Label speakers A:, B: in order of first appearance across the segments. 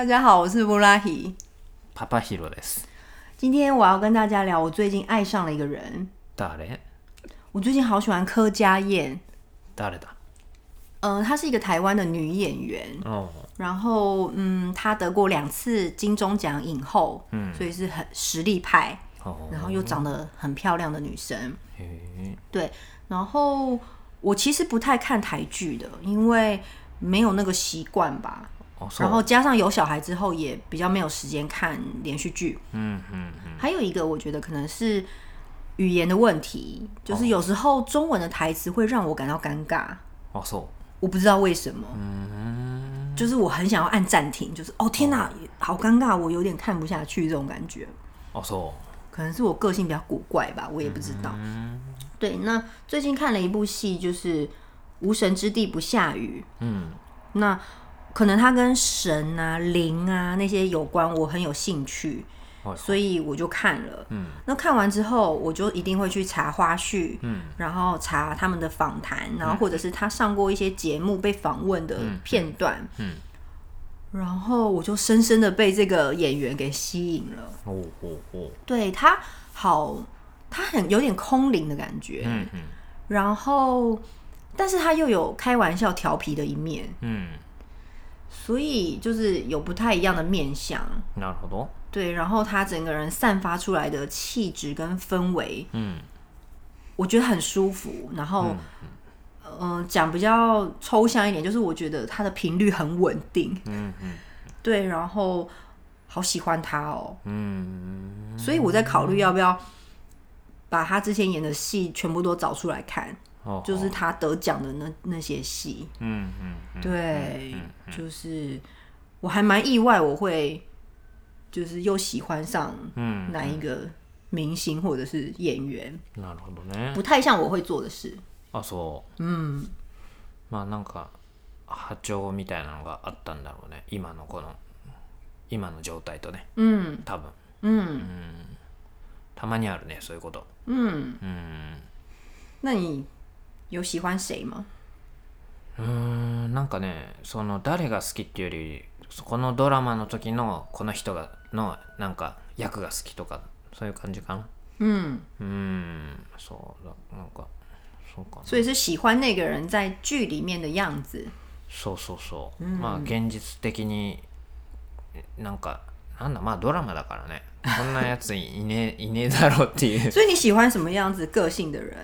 A: 大家好，我是布拉希。
B: パパヒロです。
A: 今天我要跟大家聊，我最近爱上了一个人。
B: 誰
A: 我最近好喜欢柯佳燕，
B: 誰だ
A: 嗯、她是一个台湾的女演员，
B: うん。
A: 然后嗯，她得过两次金钟奖影后，嗯，所以是很实力派，
B: うん
A: 然后又长得很漂亮的女生。
B: へ
A: 对，然后我其实不太看台剧的，因为没有那个习惯吧。
B: ーあ、そ
A: 然
B: う。
A: 后加上有小孩之后，也比较没有时间看连续剧。
B: うんうん
A: 还有一个，我觉得可能是语言的问题，就是有时候中文的台词会让我感到尴尬，
B: うん。あ、そ
A: 我不知道为什么。就是我很想要按暂停，就是哦天哪，好尴尬，我有点看不下去这种感觉。
B: う。あ、そ
A: 可能是我个性比较古怪吧，我也不知道。
B: 嗯
A: 对，那最近看了一部戏，就是《无神之地不下雨》。
B: う。うん。
A: 那可能它跟神啊、灵啊那些有关，我很有兴趣，
B: はい
A: 所以我就看了。
B: 嗯
A: 那看完之后，我就一定会去查花絮，
B: 嗯
A: 然后查他们的访谈，然后或者是他上过一些节目被访问的片段，
B: 嗯
A: 然后我就深深的被这个演员给吸引了。
B: おうおうおう。
A: 对他好，他很有点空灵的感觉，
B: うん
A: 然后但是他又有开玩笑调皮的一面，
B: うん。うん。
A: 所以就是有不太一样的面相。
B: なるほど。
A: 对，然后他整个人散发出来的气质跟氛围，
B: うん。
A: 我觉得很舒服。然后，嗯、讲比较抽象一点，就是我觉得他的频率很稳定。
B: うん
A: 对，然后好喜欢他哦，
B: うん。うん。
A: 所以我在考虑要不要把他之前演的戏全部都找出来看。
B: あ
A: 就是他得奖的那那些戏，
B: うんうんうん。
A: 对，就是我还蛮意外，我会就是又喜欢上
B: うん。
A: 哪一个明星或者是演员，
B: なるほどね。
A: 不太像我会做的事。
B: あ、そう。うん。まあなんか、波長みたいなのがあったんだろうね。今のこの、今の状態とね。
A: 嗯
B: 多分。
A: 嗯
B: たまにあるね、そういうこと。
A: 嗯，
B: うん。
A: 那你有喜欢谁吗？
B: うーんなんかねその誰が好きっていうよりそこのドラマの時のこの人がのなんか役が好きとかそういう感じかな
A: 嗯，
B: うーんそうだなんかそうかな
A: 所以是喜欢那个人在剧里面的样子。
B: そうそうそう、まあ現実的にえなんかなんだまあドラマだからねこんなやついね いねえだろうっていう
A: 所以你喜欢什么样子个性的人？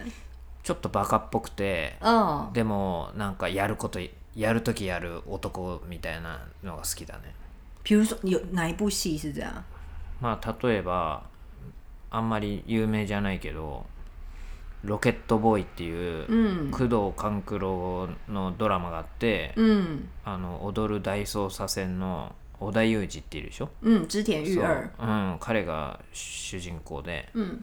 B: ちょっとバカっぽくて
A: 嗯，
B: でもなんかやることやる時やる男みたいなのが好きだね
A: 比如说有哪一部戏是这样？
B: まあ例えばあんまり有名じゃないけど「ロケットボーイ」っていう、
A: 嗯
B: 工藤官九郎のドラマがあって、
A: 嗯
B: あの踊る大捜査線の織田裕二っているでしょ
A: 嗯，织田裕二。
B: そううん、彼が主人公で
A: 嗯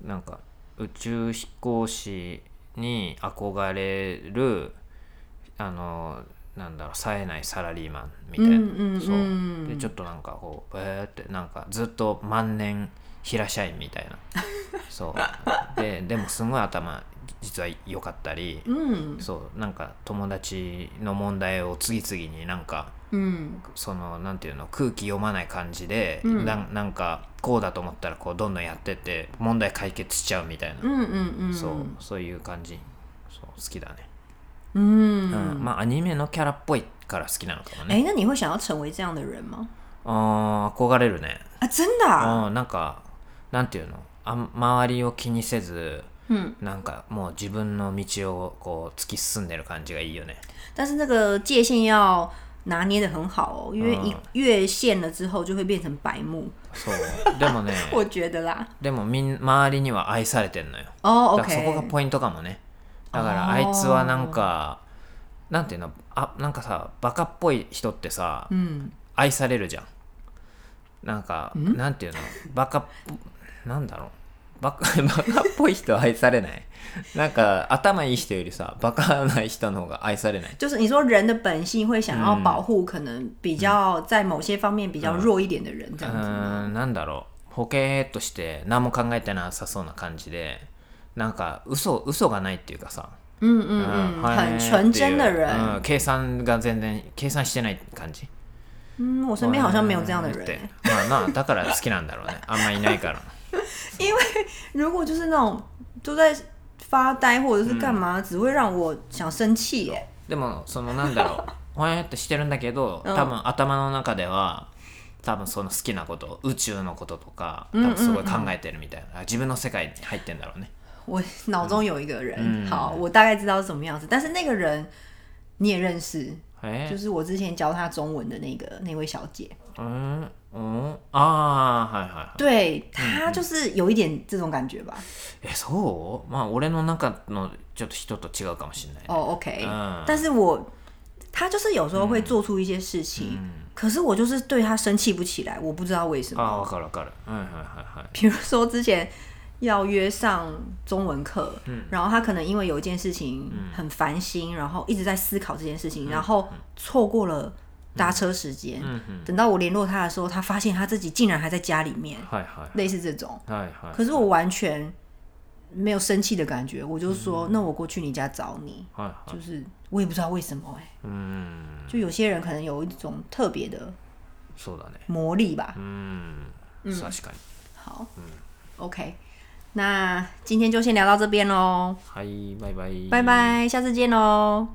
B: なんか宇宙飛行士に憧れるあのなんだろう冴えないサラリーマンみたいな、
A: うんうん
B: そう
A: うん
B: でちょっとなんかこうえーってなんかずっと万年平社員みたい なそうででもすごい頭実は良かったり、
A: 嗯
B: そうなんか友達の問題を次々になんか
A: 嗯
B: そのなんていうの空気読まない感じで、
A: うん
B: なんなんかこうだと思ったらこうどんどんやってって問題解決しちゃうみたいな、
A: 嗯嗯嗯，
B: そうそういう感じそう好きだね、
A: 嗯
B: うんまあアニメのキャラっぽいから好きなのかも
A: 哎、
B: ね
A: 那你会想要成为这样的人吗？
B: あー憧れるね
A: 啊，真的、啊，
B: うんなんかなんていうのあん周りを気にせず
A: 嗯，
B: なんかもう自分の道をこう突き進んでる感じがいいよね
A: 但是那个界限要拿捏的很好哦，因为一
B: 嗯
A: 越线了之后就会变成白目，
B: そうでもね
A: 我觉得啦。
B: でもみん周りには愛されてんのよ
A: 哦、o
B: だからそこが
A: k
B: ポイントかもねだか
A: あ
B: らあ
A: ー
B: いつはなんかなんていうのあなんかさバカっぽい人ってさ、
A: 嗯，
B: 愛されるじゃんなんか、なんていうのバカっぽなんだろうバカ バカっぽい人は愛されないなんか頭いい人よりさバカない人の方が愛されない
A: 就是你说人的本性会想要保护可能比较在某些方面比较弱一点的人，这
B: う
A: 样子吗？
B: ーんなんだろうポケーっとして何も考えてなさそうな感じでなんか嘘嘘がないっていうかさ
A: 嗯嗯嗯，
B: は
A: 很
B: い
A: 纯真的人。嗯
B: うん計算が全然計算してない感じ
A: 嗯，我身边好像没有这样的人、
B: って
A: 欸。
B: まあなあだから好きなんだろうね あんまいないから
A: 如果就是那种都在发呆或者是干嘛，只会让我想生气耶、
B: でもそのなんだろうほやってしてるんだけど
A: うん
B: 多分頭の中では多分その好きなこと宇宙のこととか多
A: うんうんうん
B: 分すごい考えてるみたいな、自分の世界に入ってんだろうね
A: 我脑中有一个人，
B: 嗯
A: 好，我大概知道是什么样子，但是那个人你也认识，
B: え
A: 就是我之前教他中文的那个那位小姐，
B: うんうんああはいはいはい
A: 对
B: 嗯
A: 她就是有一点这种感觉吧。
B: えそうまあ俺の中のちょっと人と違うかもしれない、ね、
A: 哦，OK，、
B: 嗯
A: 但是我她就是有时候会做出一些事情，
B: 嗯
A: 可是我就是对她生气不起来，我不知道为什么。
B: ああ分かる分かるはいはいはいはい
A: 比如说之前要约上中文课，然后他可能因为有一件事情很烦心，然后一直在思考这件事情，然后错过了搭车时间。等到我联络他的时候，他发现他自己竟然还在家里面，
B: はいは
A: 类似这种。
B: いはいはい
A: 可是我完全没有生气的感觉，我就说：“那我过去你家找你。”
B: はいはい
A: 就是我也不知道为什么哎、
B: うん
A: 就有些人可能有一种特别的
B: そうだね
A: 魔力吧。
B: うん確かに
A: 好、o k 那今天就先聊到这边喽，
B: はいバイバイ
A: 拜拜，下次见喽。